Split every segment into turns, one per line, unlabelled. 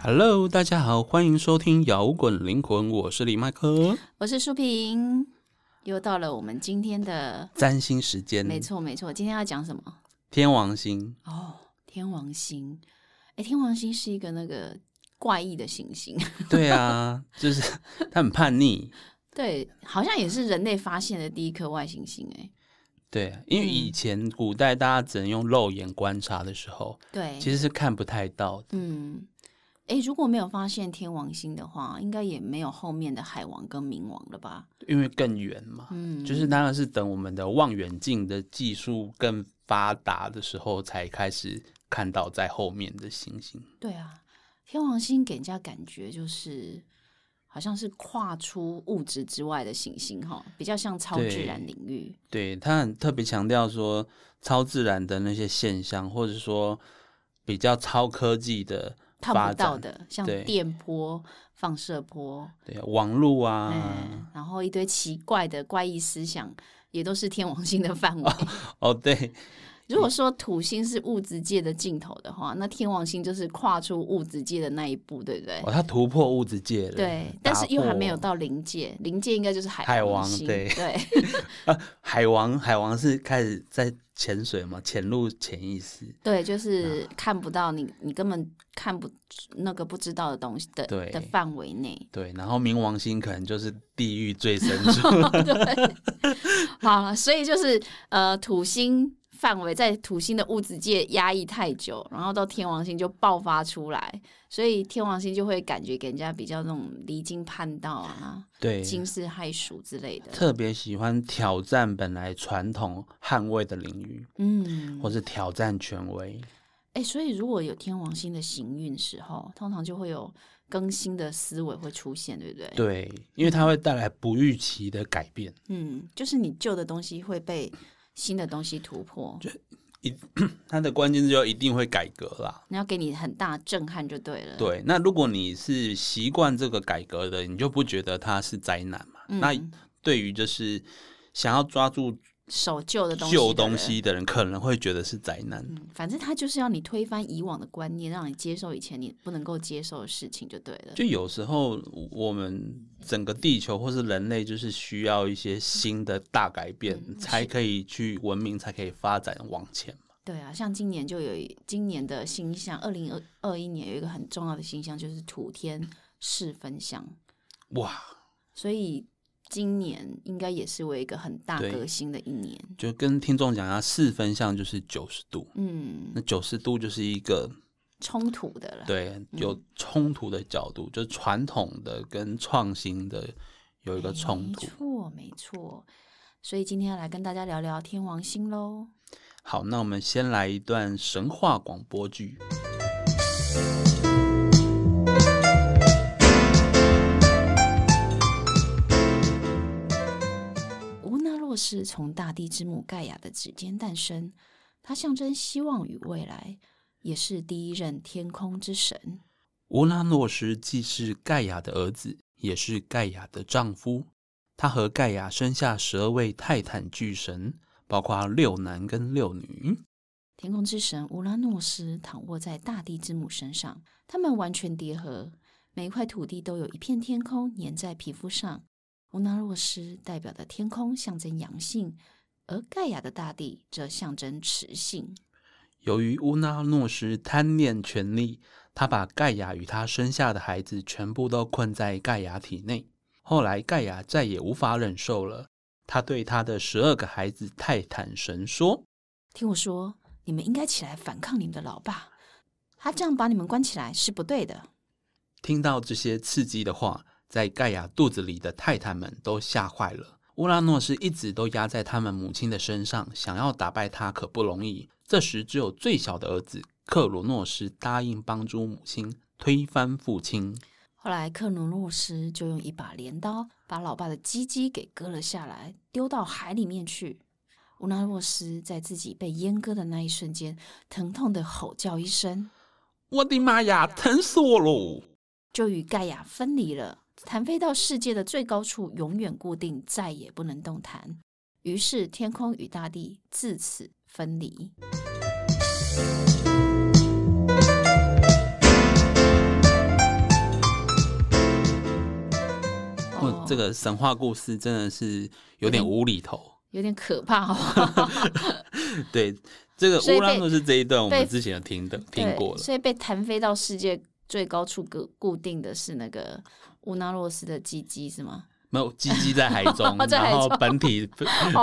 Hello，大家好，欢迎收听《摇滚灵魂》，我是李麦克。
我是舒平，又到了我们今天的，
占星时间，
没，错没错，今天要讲什么？
天王 星，
哦，天王星，哎，天王星是一个那个怪异的行星，
对啊，就是他很叛逆，
对，好像也是人类发现的第一颗外行星，哎，
对，啊因
嗯
为以前古代大家只能用肉眼观察的时候，
对，
其实是看不太到的。
嗯，哎，如果没有发现天王星的话，应该也没有后面的海王跟冥王了吧？
因为更远嘛，
嗯，
就是当然是等我们的望远镜的技术更发达的时候，才开始看到在后面的星星。
对啊，天王星给人家感觉就是。好像是跨出物质之外的行星哈，比较像超自
对
然领域。
对他很特别强调说，超自然的那些现象，或者说比较超科技的
看
发
不
展，
到的，像
对
电波、放射波，
对网络
嗯、
啊，
然后一堆奇怪的怪异思想，也都是天王星的范围。
哦对，
如果说土星是物质界的尽头的话，那天王星就是跨出物质界的那一步，对不对？
哦他突破物质界了，
对，但是
打
又还没
破
有到临界，临界应该就是海
海王
王星
对
对
啊海王，海王是开始在潜水嘛，潜入潜意识，
对就是
啊
看不到你，你根本看不那个不知道的东西的
对
的范围内。
对，然后冥王星可能就是地狱最深 处，
好，所以就是呃，土星范围在土星的物质界压抑太久，然后到天王星就爆发出来，所以天王星就会感觉给人家比较那种离经叛道啊、
对，
惊世骇俗之类的。
哎特别喜欢挑战本来传统捍卫的领域，
嗯，
或是挑战权威，
哎、所以如果有天王星的行运时候，通常就会有更新的思维会出现，对不对？，
对，因为它会带来不预期的改变。
嗯，就是你旧的东西会被新的东西突破，
它的关键字就一定会改革啦。
然后给你很大震撼就对了。，
对，那如果你是习惯这个改革的，你就不觉得它是灾难嘛？
嗯，
那对于就是想要抓住
守旧的东西，
旧东。西的人，可能会觉得是灾难。
嗯，反正他就是要你推翻以往的观念，让你接受以前你不能够接受的事情就对了。
就有时候我们整个地球或是人类，就是需要一些新的大改变，
嗯
才
是
可以去文明，才可以发展往前。
对啊，像今年就有一今年的星象，二零二二一年有一个很重要的星象就是土天四分相，
哇，
所以今年应该也是为一个很大
对
革新的一年。
就跟听众讲一下，啊四分相就是九十度，
嗯
那，九十度就是一个
冲突的了。
对有冲突的角度，就是传统的跟创新的有一个冲突
没。错没错。所以今天要来跟大家聊聊天王星喽。
好，那我们先来一段神话广播剧。
乌纳洛斯从大地之母盖亚的指尖诞生，它象征希望与未来，也是第一任天空之神。
乌拉诺斯既是盖亚的儿子，也是盖亚的丈夫。他和盖亚生下十二位泰坦巨神，包括六男跟六女。
天空之神乌拉诺斯躺卧在大地之母身上，它们完全叠合，每一块土地都有一片天空粘在皮肤上。乌拉诺斯代表的天空象征阳性，而盖亚的大地则象征雌性。
由于乌拉诺斯贪恋权力，他把盖亚与他生下的孩子全部都困在盖亚体内。后来，盖亚再也无法忍受了，他对他的十二个孩子泰坦神说
听我说，你们应该起来反抗你们的老爸，他这样把你们关起来是不对的。：“
听到这些刺激的话，在盖亚肚子里的泰坦们都吓坏了。乌拉诺斯一直都压在他们母亲的身上，想要打败他可不容易。这时，只有最小的儿子克罗诺斯答应帮助母亲推翻父亲。
后来，克努洛斯就用一把镰刀把老爸的鸡鸡给割了下来，丢到海里面去。乌纳洛斯在自己被阉割的那一瞬间，疼痛的吼叫一声，
我的妈呀，疼死我喽！
就与盖亚分离了，弹飞到世界的最高处，永远固定，再也不能动弹。于是，天空与大地自此分离。哦
这个神话故事真的是有点无厘头。
有点可怕哦，
对，这个
所以
乌拉
被
诺是这一段我们
被
之前有听的
对
听过了。
所以被弹飞到世界最高处固固定的是那个乌纳洛斯的鸡鸡是吗？
没有，鸡鸡在海 中
哦，在海
然后
中哦
本 体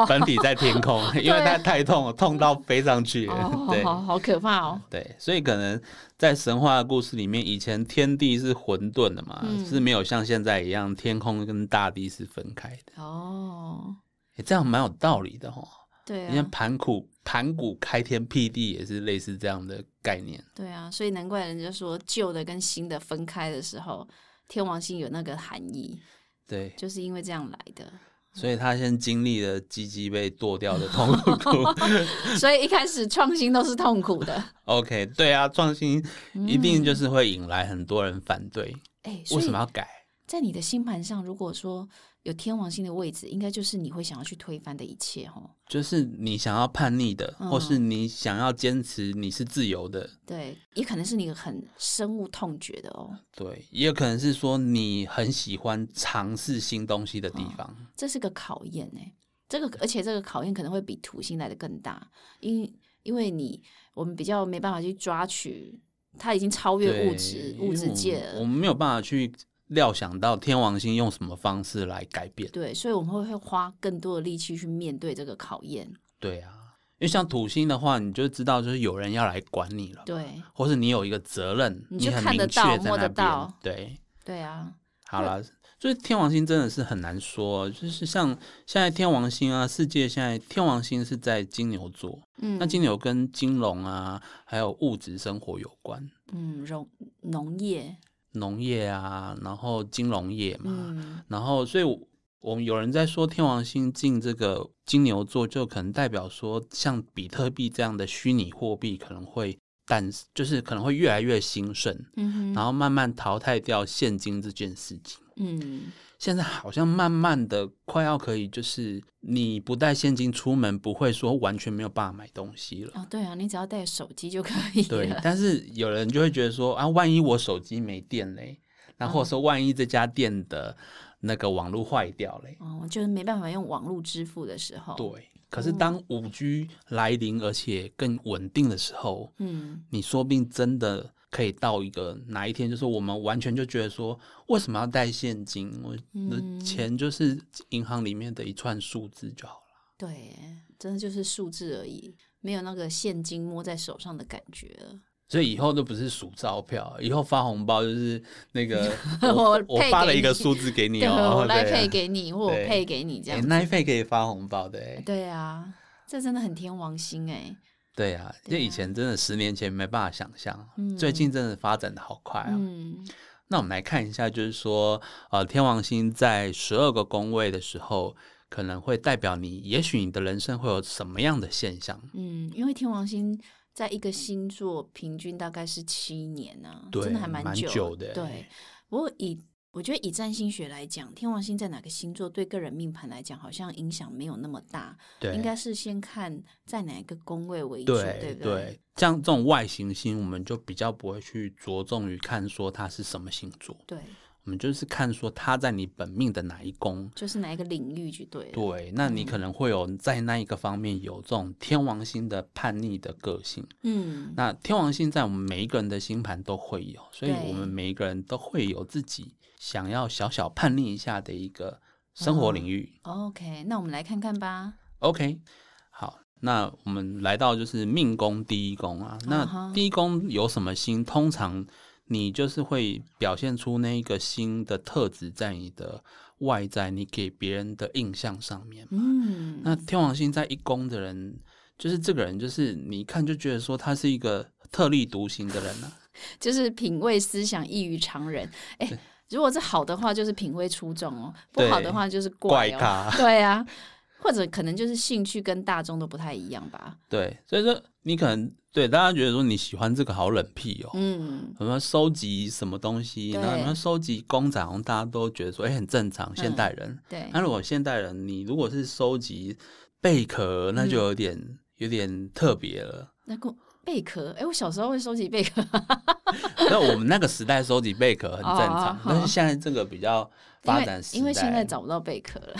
本体在天空，因为它太痛了，痛到飞上去了。
哦，
对
好好可怕哦，
对，所以可能在神话的故事里面，以前天地是混沌的嘛，
嗯
是没有像现在一样天空跟大地是分开的。
哦，
诶这样蛮有道理的哦。
对
你看
啊，
盘古盘古开天辟地也是类似这样的概念。
对啊，所以难怪人家说旧的跟新的分开的时候，天王星有那个含义，
对，
就是因为这样来的。
所以他先经历了鸡鸡被剁掉的痛苦。
所以一开始创新都是痛苦的，。
OK，对啊，创新一定就是是会引来很多人反对。
哎、嗯所
为
以
什么要改？
在你的星盘上，如果说有天王星的位置，应该就是你会想要去推翻的一切哦。
就是你想要叛逆的，
嗯
或是你想要坚持你是自由的，
对，也可能是你很深恶痛绝的哦。
对，也有可能是说你很喜欢尝试新东西的地
嗯
方。
这是个考验哎，这个而且这个考验可能会比土星来的更大，因因为你我们比较没办法去抓取，它已经超越
对
物质
因为
物质界
我们我
了。
们没有办法去料想到天王星用什么方式来改变。
对，所以我们会会花更多的力气去面对这个考验。
对啊，因为像土星的话，你就知道就是有人要来管你了，
对，
或是你有一个责任，
你
你
就
很
看
明
得
确
到
在
摸
那
得
边
到。
对，
对啊，
好了，就是天王星真的是很难说，哦就是像现在天王星啊，世界现在天王星是在金牛座，
嗯，
那金牛跟金融啊，还有物质生活有关，
嗯农农业，
农业啊，然后金融业嘛，
嗯
然后所以我。我们有人在说天王星进这个金牛座，就可能代表说，像比特币这样的虚拟货币可能会诞，就是可能会越来越兴盛，
嗯哼，
然后慢慢淘汰掉现金这件事情。
嗯，
现在好像慢慢的快要可以，就是你不带现金出门，不会说完全没有办法买东西了。
哦，啊对啊，你只要带手机就可以
对
了，。
但是有人就会觉得说啊，万一我手机没电嘞，然后或
嗯
者说万一这家店的那个网络坏掉嘞，
哦，就是没办法用网络支付的时候，，
对。可是当五 G 来临，而且更稳定的时候，
嗯，
你说不定真的可以到一个哪一天，就是我们完全就觉得说，为什么要带现金？我
嗯
的钱就是银行里面的一串数字就好了。
对，真的就是数字而已，没有那个现金摸在手上的感觉了。
所以以后都不是数钞票，以后发红包就是那 个
我
我我
配
发
给
了一个
你
数字给你
对，
哦，
我来
对啊
配给你，或我
对
配给你这
哎
样子。
奈费可以发红包的哎，
对啊，这真的很天王星哎。
对啊，
对
就
啊
以前真的十年前没办法想象，
嗯
最近真的发展的好快啊。
嗯
那我们来看一下，就是说，呃，天王星在十二个宫位的时候，可能会代表你，也许你的人生会有什么样的现象？
嗯，因为天王星在一个星座平均大概是七年啊，
对
真的还
蛮
久
久的欸
对，不过以我觉得以占星学来讲，天王星在哪个星座对个人命盘来讲，好像影响没有那么大。
对，
应该是先看在哪一个宫位为主，
对
不
对，像这种外行星，我们就比较不会去着重于看说它是什么星座。
对，
我们就是看说它在你本命的哪一宫。
就是哪一个领域就对了。
对，那你
嗯
可能会有在那一个方面有这种天王星的叛逆的个性。
嗯，
那天王星在我们每一个人的星盘都会有，所以
对
我们每一个人都会有自己想要小小叛逆一下的一个生活领
嗯
域。
OK，那我们来看看吧。
OK，好，那我们来到就是命宫第一宫啊，
嗯哼
那第一宫有什么星？通常你就是会表现出那一个星的特质在你的外在，你给别人的印象上面。
嗯，
那天王星在一宫的人，就是这个人，就是你一看就觉得说他是一个特立独行的人啊。
就是品味思想异于常人。哎、如果是好的话，就是品味出众哦；不
对
好的话，就是
怪
哦。
咖。
对啊，或者可能就是兴趣跟大众都不太一样吧。
对，所以说你可能对大家觉得说你喜欢这个好冷僻哦，
嗯，
什么收集什么东西，
对嗯
然后然后收集公仔，好像大家都觉得说哎、很正常，现代人。
对
那、，如果现代人，你如果是收集贝
嗯
壳，那就有点、有点特别 了。
那个贝壳，哎、我小时候会收集贝壳。
那我们那个时代收集贝壳很正
哦
常，
好
但是现在这个比较发展时代
因为现在找不到贝壳了，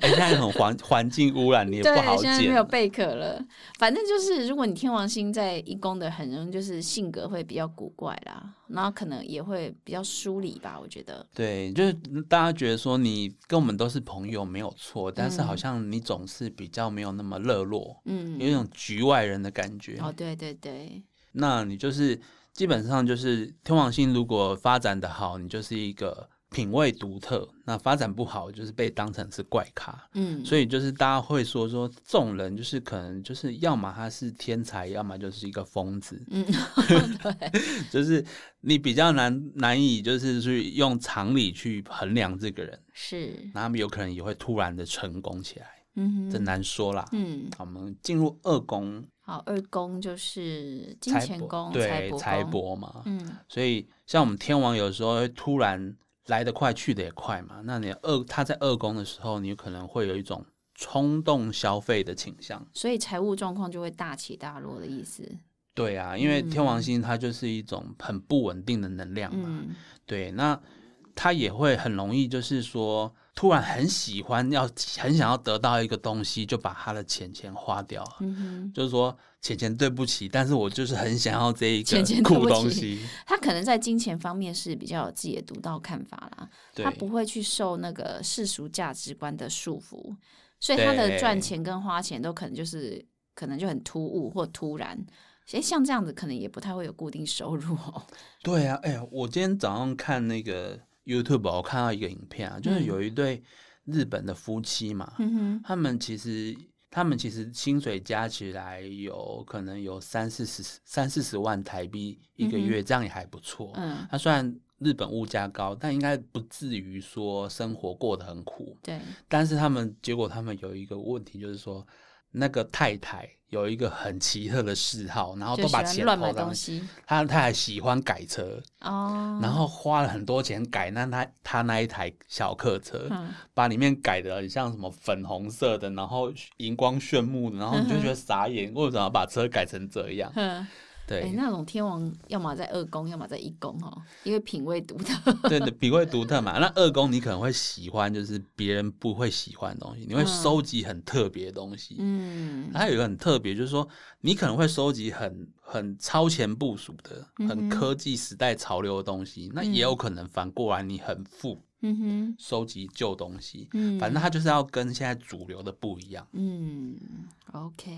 哎，现在很环环境污染，你也不好
对，现在没有
捡。
贝壳了。反正就是，如果你天王星在一宫的，很容易就是性格会比较古怪啦，然后可能也会比较疏离吧。我觉得，
对，就是大家觉得说你跟我们都是朋友没有错，但是好像你总是比较没有那么热络，
嗯，
有一种局外人的感觉。
哦，对对对，
那你就是基本上就是天王星如果发展的好，你就是一个品味独特；那发展不好，就是被当成是怪咖。
嗯，
所以就是大家会说说这种人就是可能就是要么他是天才，要么就是一个疯子，
嗯，
就是你比较难难以就是去用常理去衡量这个人，
是，
那他们有可能也会突然的成功起来，
嗯哼，
这难说啦。
嗯，
好我们进入二宫
好，二宫就是金
财
钱
帛
宫、
对
帛
财
宫，
帛嘛，
嗯
所以像我们天王有时候会突然来得快去得也快嘛，那你二他在二宫的时候，你有可能会有一种冲动消费的倾向。
所以财务状况就会大起大落的意思。
对啊，因为天王
嗯
星它就是一种很不稳定的能量嘛，
嗯，
对，那他也会很容易就是说。突然很喜欢，要很想要得到一个东西，就把他的钱钱花掉了。
嗯哼，
就是说，钱钱对不起，但是我就是很想要这一个
钱钱对
酷
不
东
起
西。
他可能在金钱方面是比较有自己的独到看法啦，
对
他不会去受那个世俗价值观的束缚，所以他的
对
赚钱跟花钱都可能就是可能就很突兀或突然。诶，像这样子可能也不太会有固定收入哦。
对啊，哎、呀，我今天早上看那个 YouTube，我看到一个影片啊，就是
嗯
有一对日本的夫妻嘛，
嗯哼，
他们其实他们其实薪水加起来有可能有三四十三四十万台币一个
嗯哼
月，这样也还不错。
嗯，
他虽然日本物价高，但应该不至于说生活过得很苦。
对，
但是他们结果他们有一个问题，就是说那个太太有一个很奇特的嗜好，然后
就
都
喜
把
欢
钱
乱
投
买
到
东。西
他他还喜欢改车，
哦。
然后花了很多钱改那他他那一台小客车，
嗯，
把里面改的很像什么粉红色的，然后荧光炫目的，然后你就觉得傻眼，为什么要把车改成这 样？
哼，哎、
对，
那种天王要么在二宫，要么在一宫哦，因为品味独特。
对的，品味独特 嘛。那二宫你可能会喜欢，就是别人不会喜欢的东西，你会
嗯
收集很特别的东西。
嗯，
它有一个很特别，就是说你可能会收集很很超前部署的、很
嗯哼
科技时代潮流的东西，那也有可能反过来你很富，
嗯哼，
收集旧东西。
嗯，
反正它就是要跟现在主流的不一样。
嗯，OK，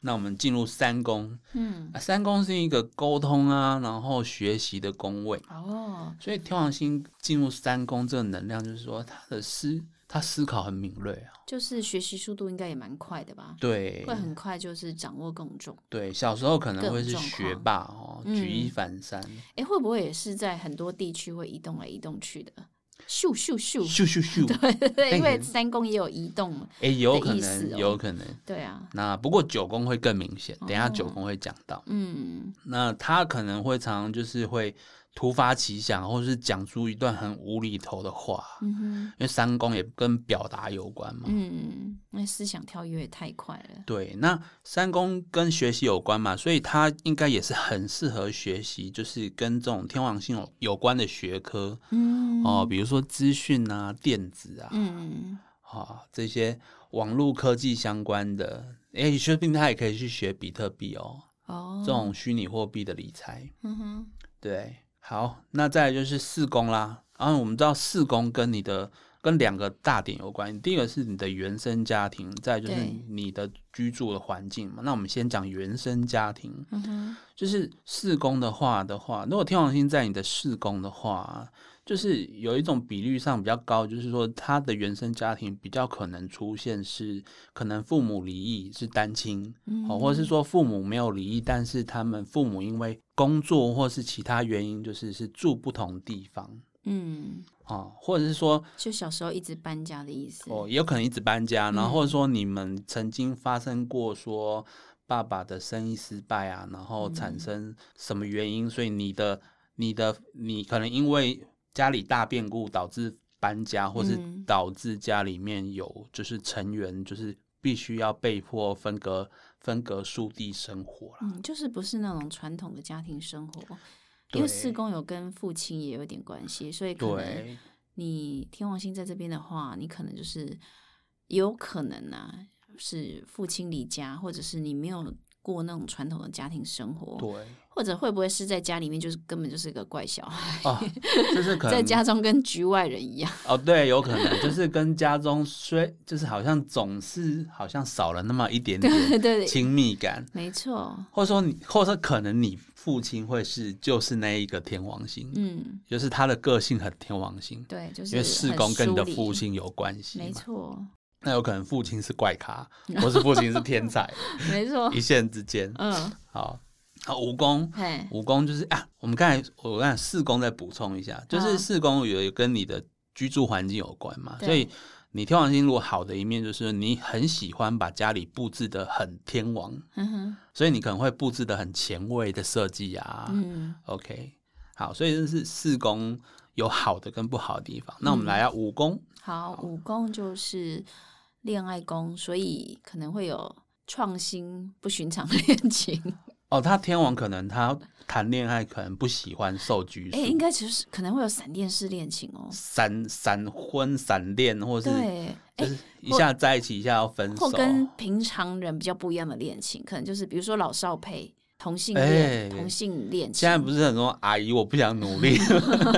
那我们进入三宫，
嗯，
啊三宫是一个沟通啊，然后学习的宫位，
哦，
所以天王星进入三宫这个能量，就是说他的思他思考很敏锐啊。
就是学习速度应该也蛮快的吧？
对
会很快就是掌握更重。
对，小时候可能会是
各种状况
学霸哦，
嗯
举一反三，
哎，会不会也是在很多地区会移动来移动去的？咻咻咻，
咻咻咻，
对对 对，因
对
为三宫也有移动嘛。
哎，有可
的意思
能，
哦
有可能。
对啊，
那不过九宫会更明显，等一下
哦
九宫会讲到。
嗯
那他可能会常常就是会突发奇想，或是讲出一段很无厘头的话，
嗯哼，
因为三宫也跟表达有关嘛。
嗯，那思想跳跃也太快了。
对，那三宫跟学习有关嘛，所以他应该也是很适合学习，就是跟这种天王星有有关的学科、
嗯，
哦，，比如说资讯啊、电子啊、
嗯，
啊这些网络科技相关的。哎，说不定他也可以去学比特币哦，
哦，
这种虚拟货币的理财。
嗯哼，
对，好，那再来就是四宫啦。然后我们知道四宫跟你的跟两个大点有关，第一个是你的原生家庭，再来就是
对
你的居住的环境嘛。那我们先讲原生家庭，
嗯哼，
就是四宫的话的话，如果天王星在你的四宫的话，就是有一种比率上比较高，就是说他的原生家庭比较可能出现是可能父母离异是单亲，
嗯
哦，或者是说父母没有离异，但是他们父母因为工作或是其他原因，就是是住不同地方
嗯，
哦，或者是说
就小时候一直搬家的意思。
哦，也有可能一直搬家，然后
嗯
或者说你们曾经发生过说爸爸的生意失败啊，然后产
嗯
生什么原因，所以你的你的你可能因为家里大变故导致搬家，或是
嗯
导致家里面有就是成员就是必须要被迫分隔分隔属地生活啦。
嗯，就是不是那种传统的家庭生活，因
对
为四宫有跟父亲也有点关系，所以可能
对
你天王星在这边的话，你可能就是有可能啊，是父亲离家，或者是你没有过那种传统的家庭生活，
对
或者会不会是在家里面就是根本就是个怪小 孩，
啊，就是可能
在家中跟局外人一样。
哦，对，有可能就是跟家中虽就是好像总是好像少了那么一点
对
点
对，
亲密感，
没错，
或者说你，或者说可能你父亲会是就是那一个天王星，
嗯，
就是他的个性很天王星，
对，就是
因为四宫跟你的
很疏离
父，亲有关系
没
嘛，
错，
那有可能父亲是怪 咖，或是父亲是天才，
没 错，
一线之间。
嗯，
好，好五宫，
嘿，
五宫就是啊，我们刚才我刚才四宫再补充一下，就是
好
四宫有跟你的居住环境有关嘛，
嗯对
所以你天王星如果好的一面就是你很喜欢把家里布置的很天王，
哼嗯哼，
所以你可能会布置的很前卫的设计啊。
嗯，
OK，好，所以这是四宫有好的跟不好的地方。那我
嗯
们来到五宫，
好，五宫就是恋爱宫，所以可能会有创新、不寻常的恋 情。
哦，他天王可能他谈恋爱可能不喜欢受拘束
哎、，应该其实可能会有闪电式恋情哦。
闪闪婚、闪恋，或是
对，
就
哎、
是一下在一起，一下要分手
或，跟平常人比较不一样的恋情，可能就是比如说老少配、同性
哎
恋、同性恋情。
现在不是很多阿姨，我不想努力，
嗯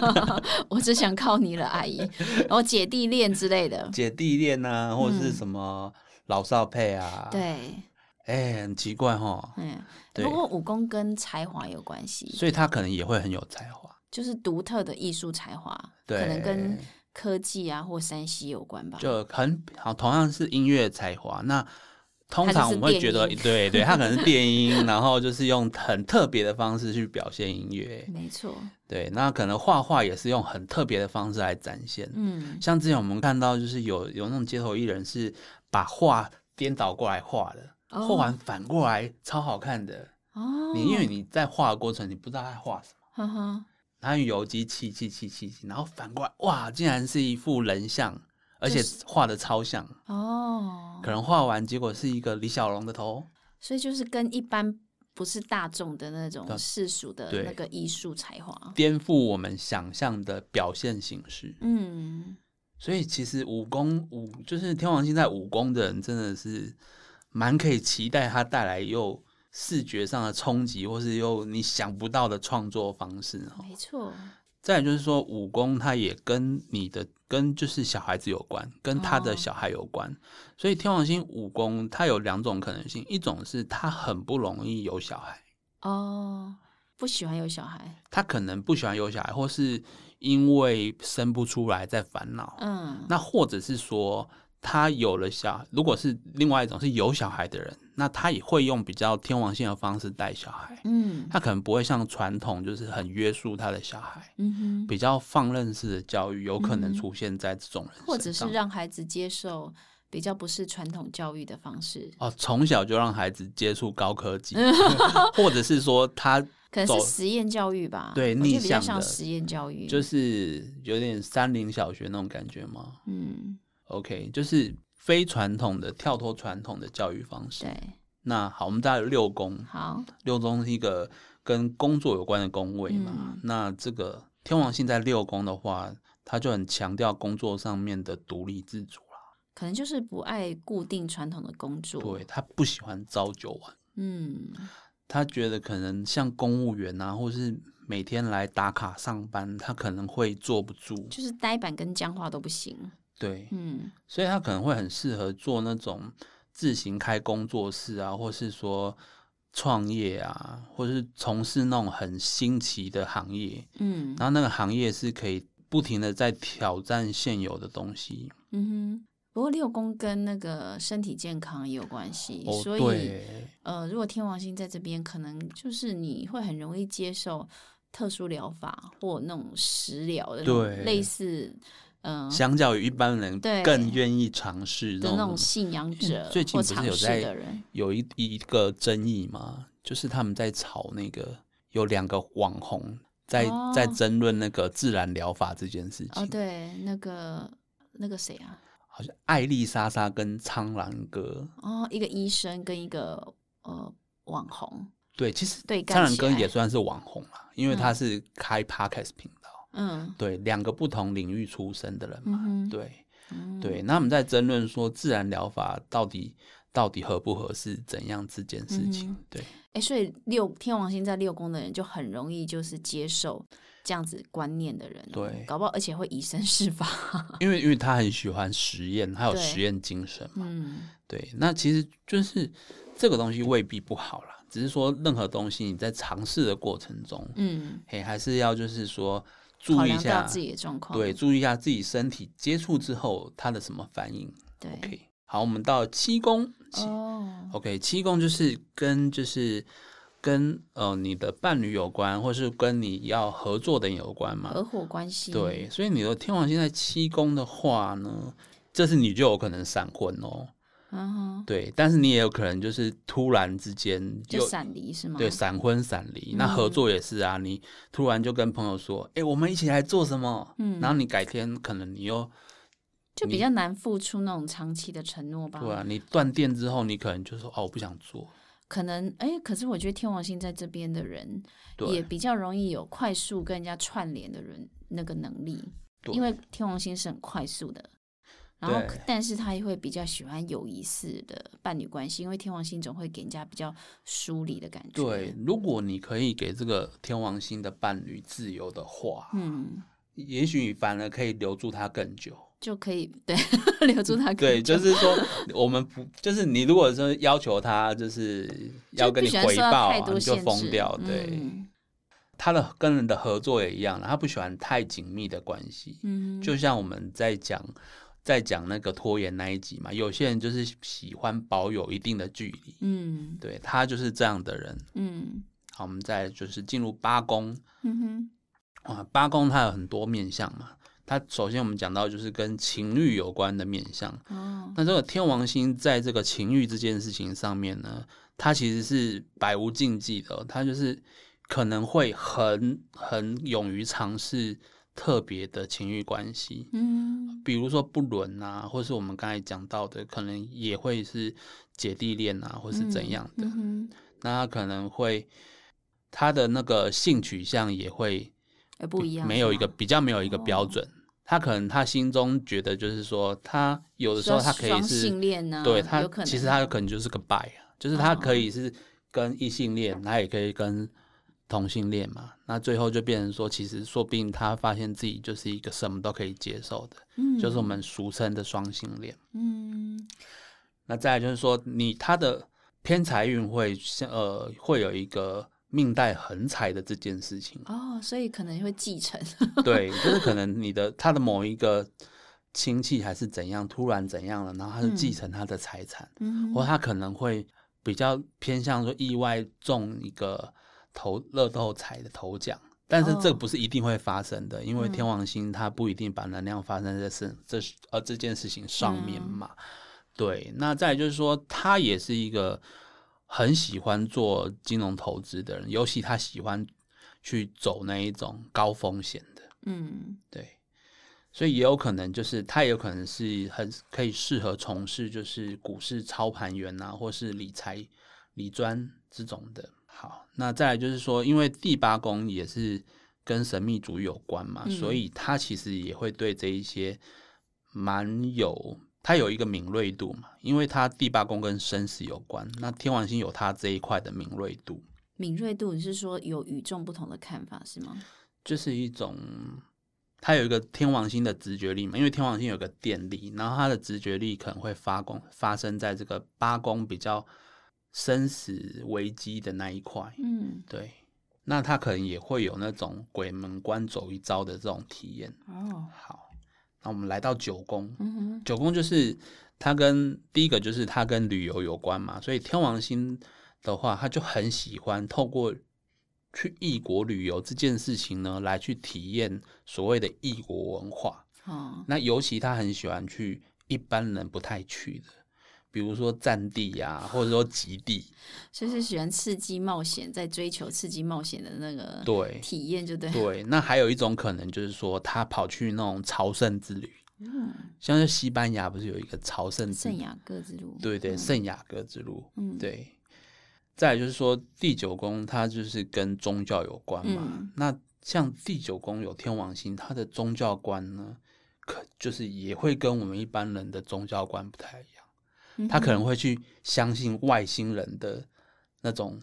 我只想靠你了，阿姨，然后姐弟恋之 类的。
姐弟恋啊，或者是什么老少配啊，，
嗯对，
哎，很奇怪哈，
嗯，
对
不过武功跟才华有关系，
所以他可能也会很有才华，
就是独特的艺术才华，可
对
能跟，科技啊或山西有关吧。
就很好，同样是音乐才华，那通
他
常
就
我
是
们会觉得，
电音
对对，他可能是电音， 然后就是用很特别的方式去表现音乐，
没错，
对，那可能画画也是用很特别的方式来展现，
嗯，
像之前我们看到，就是有有那种街头艺人是把画颠倒过来画的，
哦
画完反过来超好看的。
哦，
你因为你在画的过程，你不知道他在画什么，
哈哈，
他用油漆漆漆漆漆漆，然后反过来，哇，竟然是一副人像，而且
就是
画的超像。
哦，
可能画完结果是一个李小龙的头，
所以就是跟一般不是大众的那种
对
世俗的
对
那个艺术才华，
颠覆我们想象的表现形式。
嗯，
所以其实武功武就是天王星在武功的人真的是蛮可以期待他带来又视觉上的冲击，或是又你想不到的创作方式哦。
没错，
再来就是说，武功它也跟你的跟就是小孩子有关，跟他的
哦
小孩有关。所以天王星武功它有两种可能性，一种是他很不容易有小孩，
哦，不喜欢有小孩，
他可能不喜欢有小孩，或是因为生不出来在烦恼。
嗯，
那或者是说，他有了小，如果是另外一种是有小孩的人，那他也会用比较天王星的方式带小孩，
嗯
他可能不会像传统就是很约束他的小孩，
嗯哼，
比较放任式的教育有可能
嗯
出现在这种人身上，
或者是让孩子接受比较不是传统教育的方式，
哦，从小就让孩子接触高科 技，或者是说他
可能
走
是实验教育吧，
对
我觉得比较
逆向
像
的
实验教育，
就是有点山林小学那种感觉吗
嗯，
？OK，就是非传统的跳脱传统的教育方式。
对，
那好，我们大概有六宫，
好，
六宫是一个跟工作有关的宫位嘛，
嗯
那这个天王星在六宫的话，他就很强调工作上面的独立自主啦。
可能就是不爱固定传统的工作，
对，他不喜欢朝九晚，
嗯，
他觉得可能像公务员啊，或是每天来打卡上班，他可能会坐不住。
就是呆板跟僵化都不行，
对，
嗯
所以他可能会很适合做那种自行开工作室啊，或是说创业啊，或是从事那种很新奇的行业。
嗯
然后那个行业是可以不停的在挑战现有的东西。
嗯哼。不过六宫跟那个身体健康也有关系，
哦，
所以
对，
呃，如果天王星在这边，可能就是你会很容易接受特殊疗法或那种食疗的那种
对
类似，嗯、
相较于一般人，
对
更愿意尝试
的
那
那种
种。
信仰者
最近
或
不是
尝
有
试
在
的人，
有一一个争议嘛，就是他们在吵那个有两个网红在、
哦
在争论那个自然疗法这件事情，
哦，对，那个那个谁啊，
好像艾丽莎莎跟苍兰哥。
哦，一个医生跟一个呃网红，
对，其实
对干
苍兰
起
哥
来
也算是网红啦，因为
嗯
他是开 podcast 频道，
嗯
对，两个不同领域出身的人嘛，
嗯哼，
对
嗯
对。那我们在争论说自然疗法到底到底合不合适，怎样这件事情，
嗯哼
对
哎，所以六天王星在六宫的人就很容易就是接受这样子观念的人哦、
对
搞不好而且会以身试法。
因为因为他很喜欢实验，他有
对
实验精神嘛，
嗯
对，那其实就是这个东西未必不好啦，只是说任何东西你在尝试的过程中，
嗯，
嘿，还是要就是说
考
注意一
量到
下，
自己的状况，
对，注意一下自己身体接触之后它的什么反应。
对
OK，好，我们到七宫，七、
哦，
OK，七宫就是跟就是跟呃你的伴侣有关，或是跟你要合作的人有关嘛。
合伙关系
对，，所以你的天王星在七宫的话呢，这是你就有可能闪婚哦。
嗯哼，
对，但是你也有可能就是突然之间
就
又
闪离是吗？
对闪婚闪离，那合
嗯
作也是啊，你突然就跟朋友说，哎、我们一起来做什么？
嗯哦
然后你改天可能你又
就比
你
较难付出那种长期的承诺吧。
对啊，你断电之后，你可能就说哦，我不想做。
可能哎，可是我觉得天王星在这边的人也
对
比较容易有快速跟人家串联的人那个能力，
对
因为天王星是很快速的。然后
对，
但是他也会比较喜欢有仪式的伴侣关系，因为天王星总会给人家比较疏离的感觉。
对，，如果你可以给这个天王星的伴侣自由的话，
嗯，
也许反而可以留住他更 久。
就可以对留住他。
对，就是说我们不，就是你如果说要求他就是要
就
跟
不
你
喜欢
回
受到
报啊，
太多
你就
限制
疯掉。对，
嗯
他的跟人的合作也一样，他不喜欢太紧密的关系。
嗯，
就像我们在讲在讲那个拖延那一集嘛，有些人就是喜欢保有一定的距离，
嗯
对他就是这样的人。
嗯
好，我们再就是进入八宫
嗯哼
啊，八宫它有很多面相嘛。它首先我们讲到就是跟情欲有关的面相，
哦，
那这个天王星在这个情欲这件事情上面呢，它其实是百无禁忌的哦，它就是可能会很很勇于尝试特别的情欲关系，
嗯
比如说不伦啊，或是我们刚才讲到的，可能也会是姐弟恋啊，或是怎样的。
嗯哼，
那他可能会他的那个性取向也会
而不一样，
没有一个
是吗
比较没有一个标
哦
准。他可能他心中觉得就是说，他有的时候
说
他可以
双
是
性恋呢，
对他
有可能，哦
其实他有可能就是个 bi 啊，就是他可以是跟异性恋，他也可以跟同性恋嘛。那最后就变成说，其实说不定他发现自己就是一个什么都可以接受的，
嗯
就是我们俗称的双性恋。
嗯，
那再来就是说，你他的偏财运会像呃会有一个命带横财的这件事情
哦，所以可能会继承，
对，就是可能你的他的某一个亲戚还是怎样，突然怎样了，然后他就继
嗯
承他的财产，
嗯
或他可能会比较偏向说意外中一个投乐透彩的头奖。但是这
哦
个不是一定会发生的，因为
嗯
天王星它不一定把能量发生在这这呃这件事情上面
嗯
嘛。对，那再来就是说，他也是一个很喜欢做金融投资的人，尤其他喜欢去走那一种高风险的，
嗯
对，所以也有可能就是他也有可能是很可以适合从事就是股市操盘员啊，或是理财理专这种的。好，那再来就是说，因为第八宫也是跟神秘主义有关嘛，
嗯
所以他其实也会对这一些蛮有。他有一个敏锐度嘛，因为他第八宫跟生死有关，那天王星有他这一块的敏锐度，
敏锐度，你是说有与众不同的看法是吗？
就是一种，它有一个天王星的直觉力嘛，因为天王星有个电力，然后它的直觉力可能会发光，发生在这个八宫比较生死危机的那一块。
嗯
对，那他可能也会有那种鬼门关走一遭的这种体验。
哦
好，那我们来到九宫，
嗯哼
九宫就是它跟第一个就是它跟旅游有关嘛，所以天王星的话，他就很喜欢透过去异国旅游这件事情呢，来去体验所谓的异国文化。
哦
那尤其他很喜欢去一般人不太去的，比如说战地呀、或者说极地，
所以是喜欢刺激冒险，在追求刺激冒险的那个
对
体验，就对，
对。那还有一种可能就是说，他跑去那种朝圣之旅，
嗯，
像是西班牙不是有一个朝圣之
圣
旅？
雅各之路，
对对，
嗯
圣雅各之路。
嗯，
对，再来就是说第九宫它就是跟宗教有关嘛。
嗯
那像第九宫有天王星，它的宗教观呢，可就是也会跟我们一般人的宗教观不太一样。
嗯
他
哼
可能会去相信外星人的那种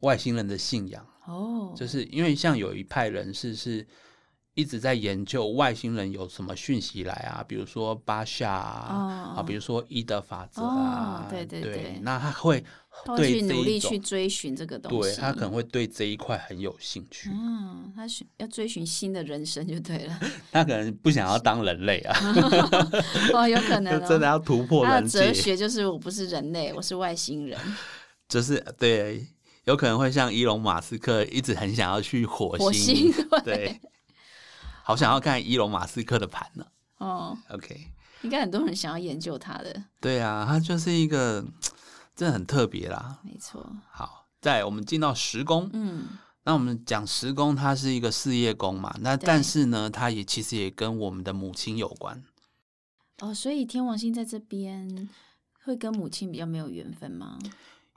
外星人的信仰，
哦，
就是因为像有一派人士是一直在研究外星人有什么讯息来啊，比如说巴夏啊，
啊
啊，比如说伊德法则啊，
哦对对对
那他会
他会
对
去
这
努力
一种
去，追寻这个东西，
对他可能会对这一块很有兴趣，
嗯，他寻要追寻新的人生就对了，
他可能不想要当人类啊，
哦，有可能、
就
哦、
真的要突破
他
人
的
界
哲，学就是我不是人类，我是外星人，
就是对，有可能会像伊隆马斯克一直很想要去火
火星
对，好想要看伊隆马斯克的盘呢。
哦，
OK，
应该很多人想要研究他的，
对啊，他就是一个真的很特别啦。
没错，
好，再来我们进到十宫，
嗯，
那我们讲十宫，它是一个事业宫嘛，那
对
但是呢，它也其实也跟我们的母亲有关。
哦，所以天王星在这边会跟母亲比较没有缘分吗？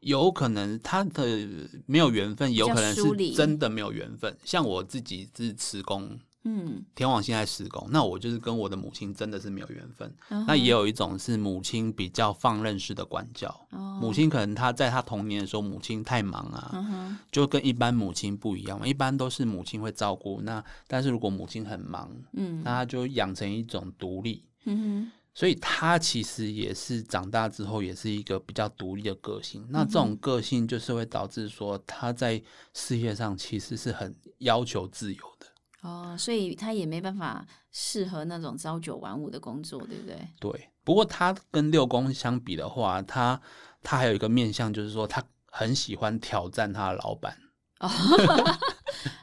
有可能他的没有缘分，有可能
疏
是
离
真的没有缘分。像我自己是十宫，
嗯，
天王星在十宫，那我就是跟我的母亲真的是没有缘分。那
那
也有一种是母亲比较放任式的管教，母
母，
亲可能她在她童年的时候，母亲太忙啊，
哦嗯哼，
就跟一般母亲不一样嘛。一般都是母亲会照顾，那但是如果母亲很忙，
嗯
那她就养成一种独立，
嗯
所以她其实也是长大之后也是一个比较独立的个性。那
嗯
这种个性就是会导致说她在事业上其实是很要求自由的。
哼，哦，所以他也没办法适合那种朝九晚五的工作，对不对？
对，不过他跟六宫相比的话，他他还有一个面向，就是说他很喜欢挑战他的老板。
哦，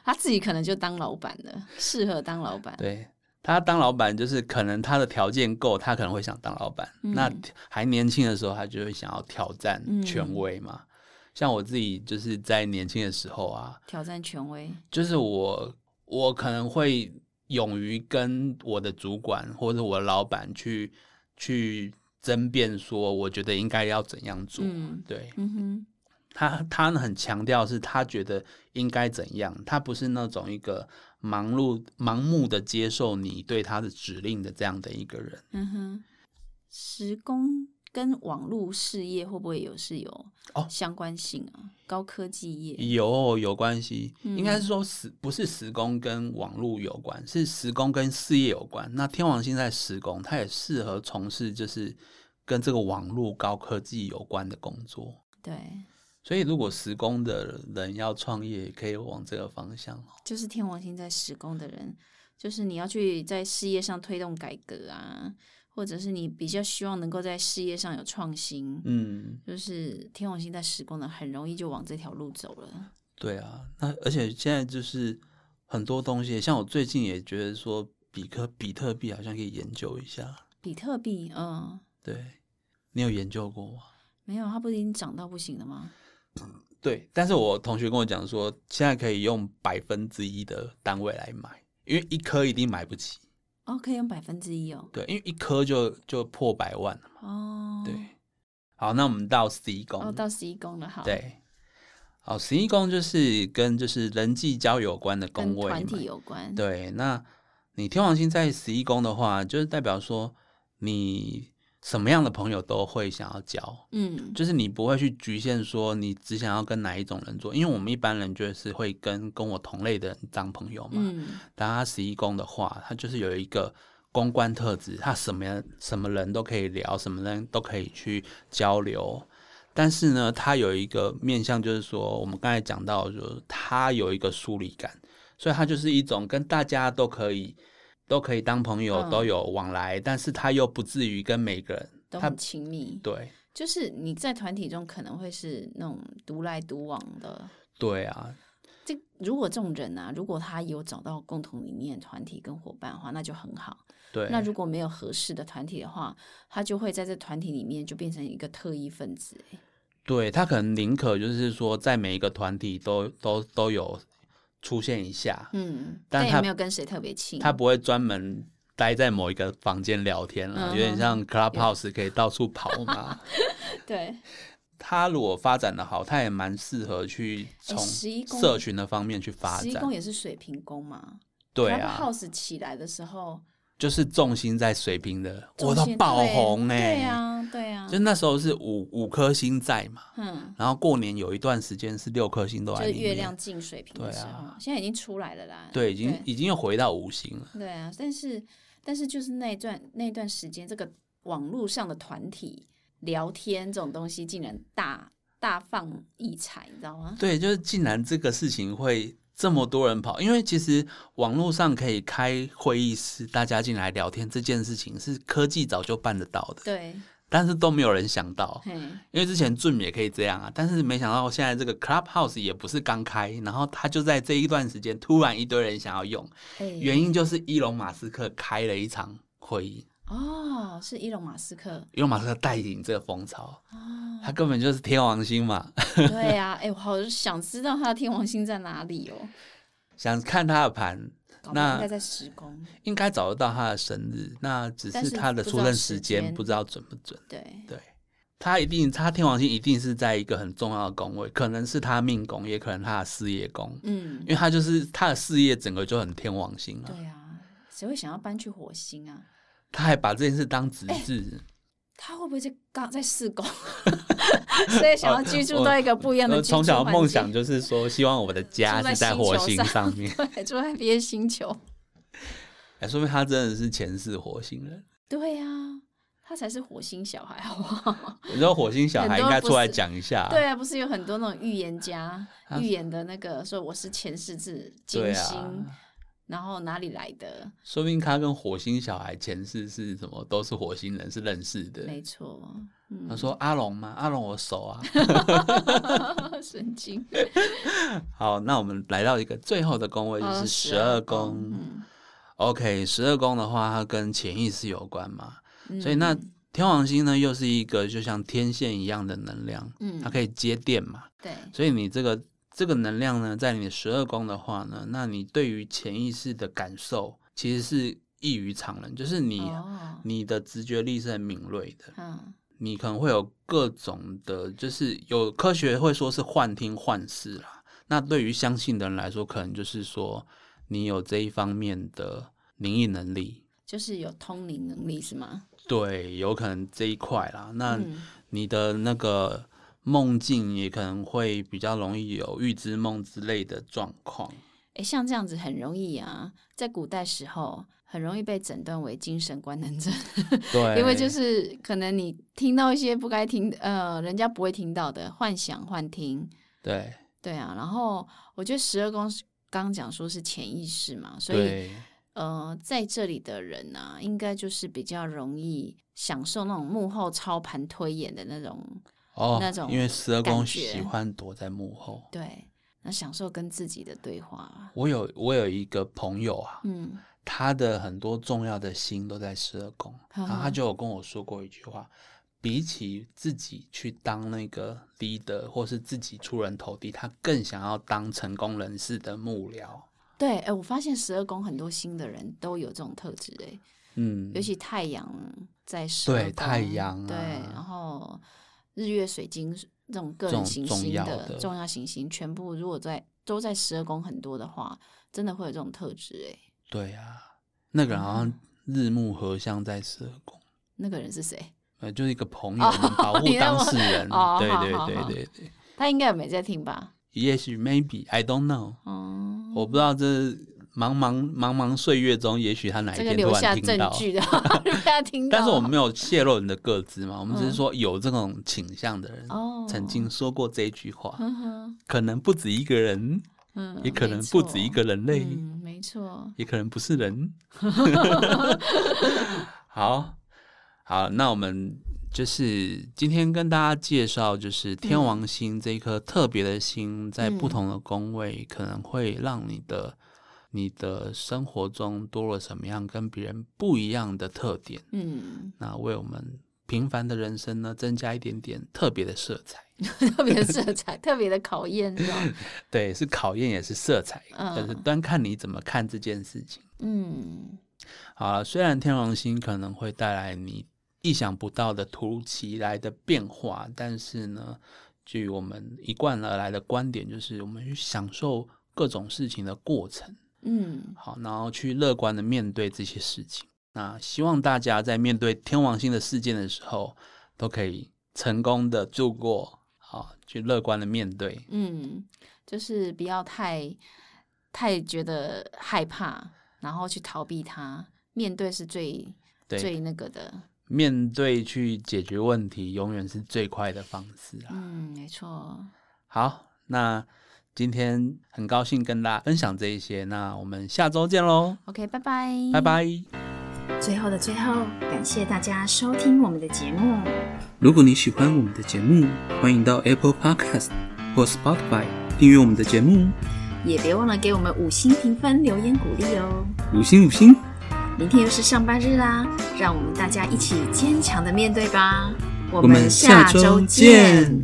他自己可能就当老板了，适合当老板。
对他当老板，就是可能他的条件够，他可能会想当老板。
嗯
那还年轻的时候，他就会想要挑战
嗯
权威嘛。像我自己就是在年轻的时候啊，
挑战权威，
就是我我可能会勇于跟我的主管或者我的老板去去争辩，说我觉得应该要怎样做。
嗯
对，
嗯哼，
他他很强调是他觉得应该怎样，他不是那种一个盲目盲目的接受你对他的指令的这样的一个人。
嗯哼，时工跟网络事业会不会有是有
哦
相关性啊？高科技业，
有有关系，
嗯
应该是说时不是时工跟网络有关，是时工跟事业有关。那天王星在时工，他也适合从事就是跟这个网络高科技有关的工作。
对，
所以如果时工的人要创业，可以往这个方向哦。
就是天王星在时工的人，就是你要去在事业上推动改革啊，或者是你比较希望能够在事业上有创新，
嗯，
就是天王星在时工的很容易就往这条路走了。
对啊，那而且现在就是很多东西，像我最近也觉得说，比特比特币好像可以研究一下。
比特币，嗯，
对，你有研究过吗？
没有，它不是已经涨到不行了吗？
对，但是我同学跟我讲说，现在可以用百分之一的单位来买，因为一颗一定买不起。
哦，可以用百分之一哦，
对，因为一颗就就破百万了嘛。
哦，
对，好，那我们到 C 宫。
哦，到十一宫了，好，，
对，好十一宫就是跟就是人际交友有关的宫
跟
位嘛
嗯团体有关，
对，那你天王星在十一宫的话，就是代表说你什么样的朋友都会想要交，
嗯，
就是你不会去局限说你只想要跟哪一种人做，因为我们一般人就是会跟跟我同类的人当朋友嘛。
嗯，
但他十一宫的话，他就是有一个公关特质，他什么样什么人都可以聊，什么人都可以去交流。但是呢，他有一个面向，就是说我们刚才讲到，就是他有一个疏离感，所以他就是一种跟大家都可以都可以当朋友，
嗯
都有往来，但是他又不至于跟每个人，
都
他
很亲密，
对
就是你在团体中可能会是那种独来独往的。
对啊，
这如果这种人啊，如果他有找到共同理念、团体跟伙伴的话，那就很好。
对，
那如果没有合适的团体的话，他就会在这团体里面就变成一个特异分子。欸
对他可能宁可就是说，在每一个团体都都都有出现一下，
嗯，
但
但
他
也没有跟谁特别亲。
他不会专门待在某一个房间聊天了，
嗯哼
有点像 Clubhouse 可以到处跑嘛。
对，
他如果发展的好，他也蛮适合去
哎
从
11宫
社群的方面去发
十一宫
展。
也是水平宫嘛，
对
然
啊
后，House 起来的时候，
就是重心在水平的，我都
重心
爆红哎、
对啊，对啊，
就那时候是五五颗星在嘛，
嗯，
然后过年有一段时间是六颗星都
就
在
是
里面，
月亮进水平的
对
时候，
啊
现在已经出来了啦，
对，已经已经又回到五星了。
对啊，但是但是就是那一段那一段时间，这个网络上的团体聊天这种东西，竟然大大放异彩，你知道吗？
对，就是竟然这个事情会这么多人跑，因为其实网络上可以开会议室，大家进来聊天这件事情是科技早就办得到的，
对，
但是都没有人想到。
嘿，
因为之前 Zoom 也可以这样啊，但是没想到现在这个 Clubhouse 也不是刚开，然后他就在这一段时间突然一堆人想要用，
哎
原因就是伊隆马斯克开了一场会议，
哦，是伊隆马斯克
伊隆马斯克带领这个风潮，，
哦
他根本就是天王星嘛，
对啊，哎，我好想知道他的天王星在哪里哦，
想看他的盘，
搞不
那
好应该在十宫，
应该找得到他的生日，那只
但
是
是
他的
不
出
知道
生
时
时间
间
不知道准不准。
对，
对，他一定，他天王星一定是在一个很重要的宫位，可能是他命宫，也可能他的事业宫，
嗯
因，为他就是他的事业整个就很天王星了。
对啊，谁会想要搬去火星啊？
他还把这件事当
哎
职志，
他会不会在刚在四 宫， 所以想要居住到一个不一样的
哦我
居住
呃从小的
环
梦
境
想就是 说，希望我的家
住在
是在
星
火
球
星
上
上面。
对，住在别的星球。
哎，说明他真的是前世火星人。
对呀、他才是火星小孩，好 不好？
我知道火星小
很
孩应
多
该
不
出来
是
讲一 下。
对啊，不是有很多那种预言 家
他
预言的那个，说我是前世自金
对
星，
啊，
然后哪里来的？
说明他跟火星小孩前世是什么？都是火星人，是认识的。
没错， 嗯，
他说阿龙吗？阿龙我熟啊。
神经，
好，那我们来到一个最后的宫位，就是十二
哦二
宫。
嗯
OK，十二宫的话，它跟潜意识有关嘛，
嗯，
所以那天王星呢，又是一个就像天线一样的能量，
嗯
它，可以接电嘛，
对，
所以你这个这个能量呢，在你的十二宫的话呢，那你对于潜意识的感受其实是异于常人，就是你、啊
哦，
你的直觉力是很敏锐的，
嗯，
你可能会有各种的，就是有科学会说是幻听幻视啦。那对于相信的人来说，可能就是说你有这一方面的灵异能力，
就是有通灵能力是吗？
对，有可能这一块啦。那
嗯
你的那个梦境也可能会比较容易有预知梦之类的状况。
诶，像这样子很容易啊，在古代时候很容易被诊断为精神官能症，
对，
因为就是可能你听到一些不该听，呃，人家不会听到的幻想、幻听，
对
对啊。然后我觉得十二宫是刚刚讲说是潜意识嘛，所以
对
呃，在这里的人啊，应该就是比较容易享受那种幕后操盘推演的那种，
哦
那种
因为十二宫
感觉
喜欢躲在幕后。
对，那享受跟自己的对话啊，
我有我有一个朋友啊，
嗯，
他的很多重要的星都在十二宫，
呵
然
呵
后他就有跟我说过一句话：，比起自己去当那个 leader 或是自己出人头地，他更想要当成功人士的幕僚。
对，哎，我发现十二宫很多新的人都有这种特质，哎。
嗯
尤，其太阳在十
对
二宫
太阳啊
对，然后日月水晶这种个
这种
人行
重
星
要
的
的
重要行星，全部如果在都在十二宫很多的话，真的会有这种特质哎。
对啊，那个人好像
嗯
日暮合相在十二宫，
那个人是谁？
呃，就是一个朋友，我们 保护
哦你那
当
么
事人。
哦
对
好
对
好好
对对对，
他应该也没在听吧？
也许 maybe I don't know，
哦、
我不知道这茫茫茫茫岁月中，也许他哪一
这个
天
留
突
下
然听
证
到。
据的，留下听到。
但是我们没有泄露你的个资嘛，我们只是
哦嗯
说有这种倾向的人
哦，
曾经，说过这一句话，
呵呵
可能不止一个人，
嗯，
也可能
没
不
错
止一个人类，
嗯，没错，
也可能不是 人。好好，那我们就是今天跟大家介绍，就是天王星这一颗特别的星，在不
嗯
同的宫位可能会让你的。你的生活中多了什么样跟别人不一样的特点？
嗯，
那为我们平凡的人生呢，增加一点点特别的色彩。
特别的色彩，特别的考验，是吧？
对，是考验也是色彩，
嗯
但是端看你怎么看这件事情。
嗯，
好了，虽然天王星可能会带来你意想不到的突如其来的变化。但是呢，据我们一贯而来的观点，就是我们去享受各种事情的过程，
嗯，
好，然后去乐观的面对这些事情。那希望大家在面对天王星的事件的时候，都可以成功的度过，好，去乐观的面对。
嗯，就是不要太太觉得害怕，然后去逃避它，面对是最
对
最那个的。
面对去解决问题，永远是最快的方式啊。
嗯，没错。
好，那今天很高兴跟大家分享这一些，那我们下周见喽，
OK，拜拜，
拜拜。
最后的最后，感谢大家收听我们的节目。
如果你喜欢我们的节目，欢迎到 Apple Podcast 或 Spotify 订阅我们的节目，
也别忘了给我们五星评分、留言鼓励哦。
五星五星，
明天又是上班日啦，让我们大家一起坚强的面对吧。我
我们下周见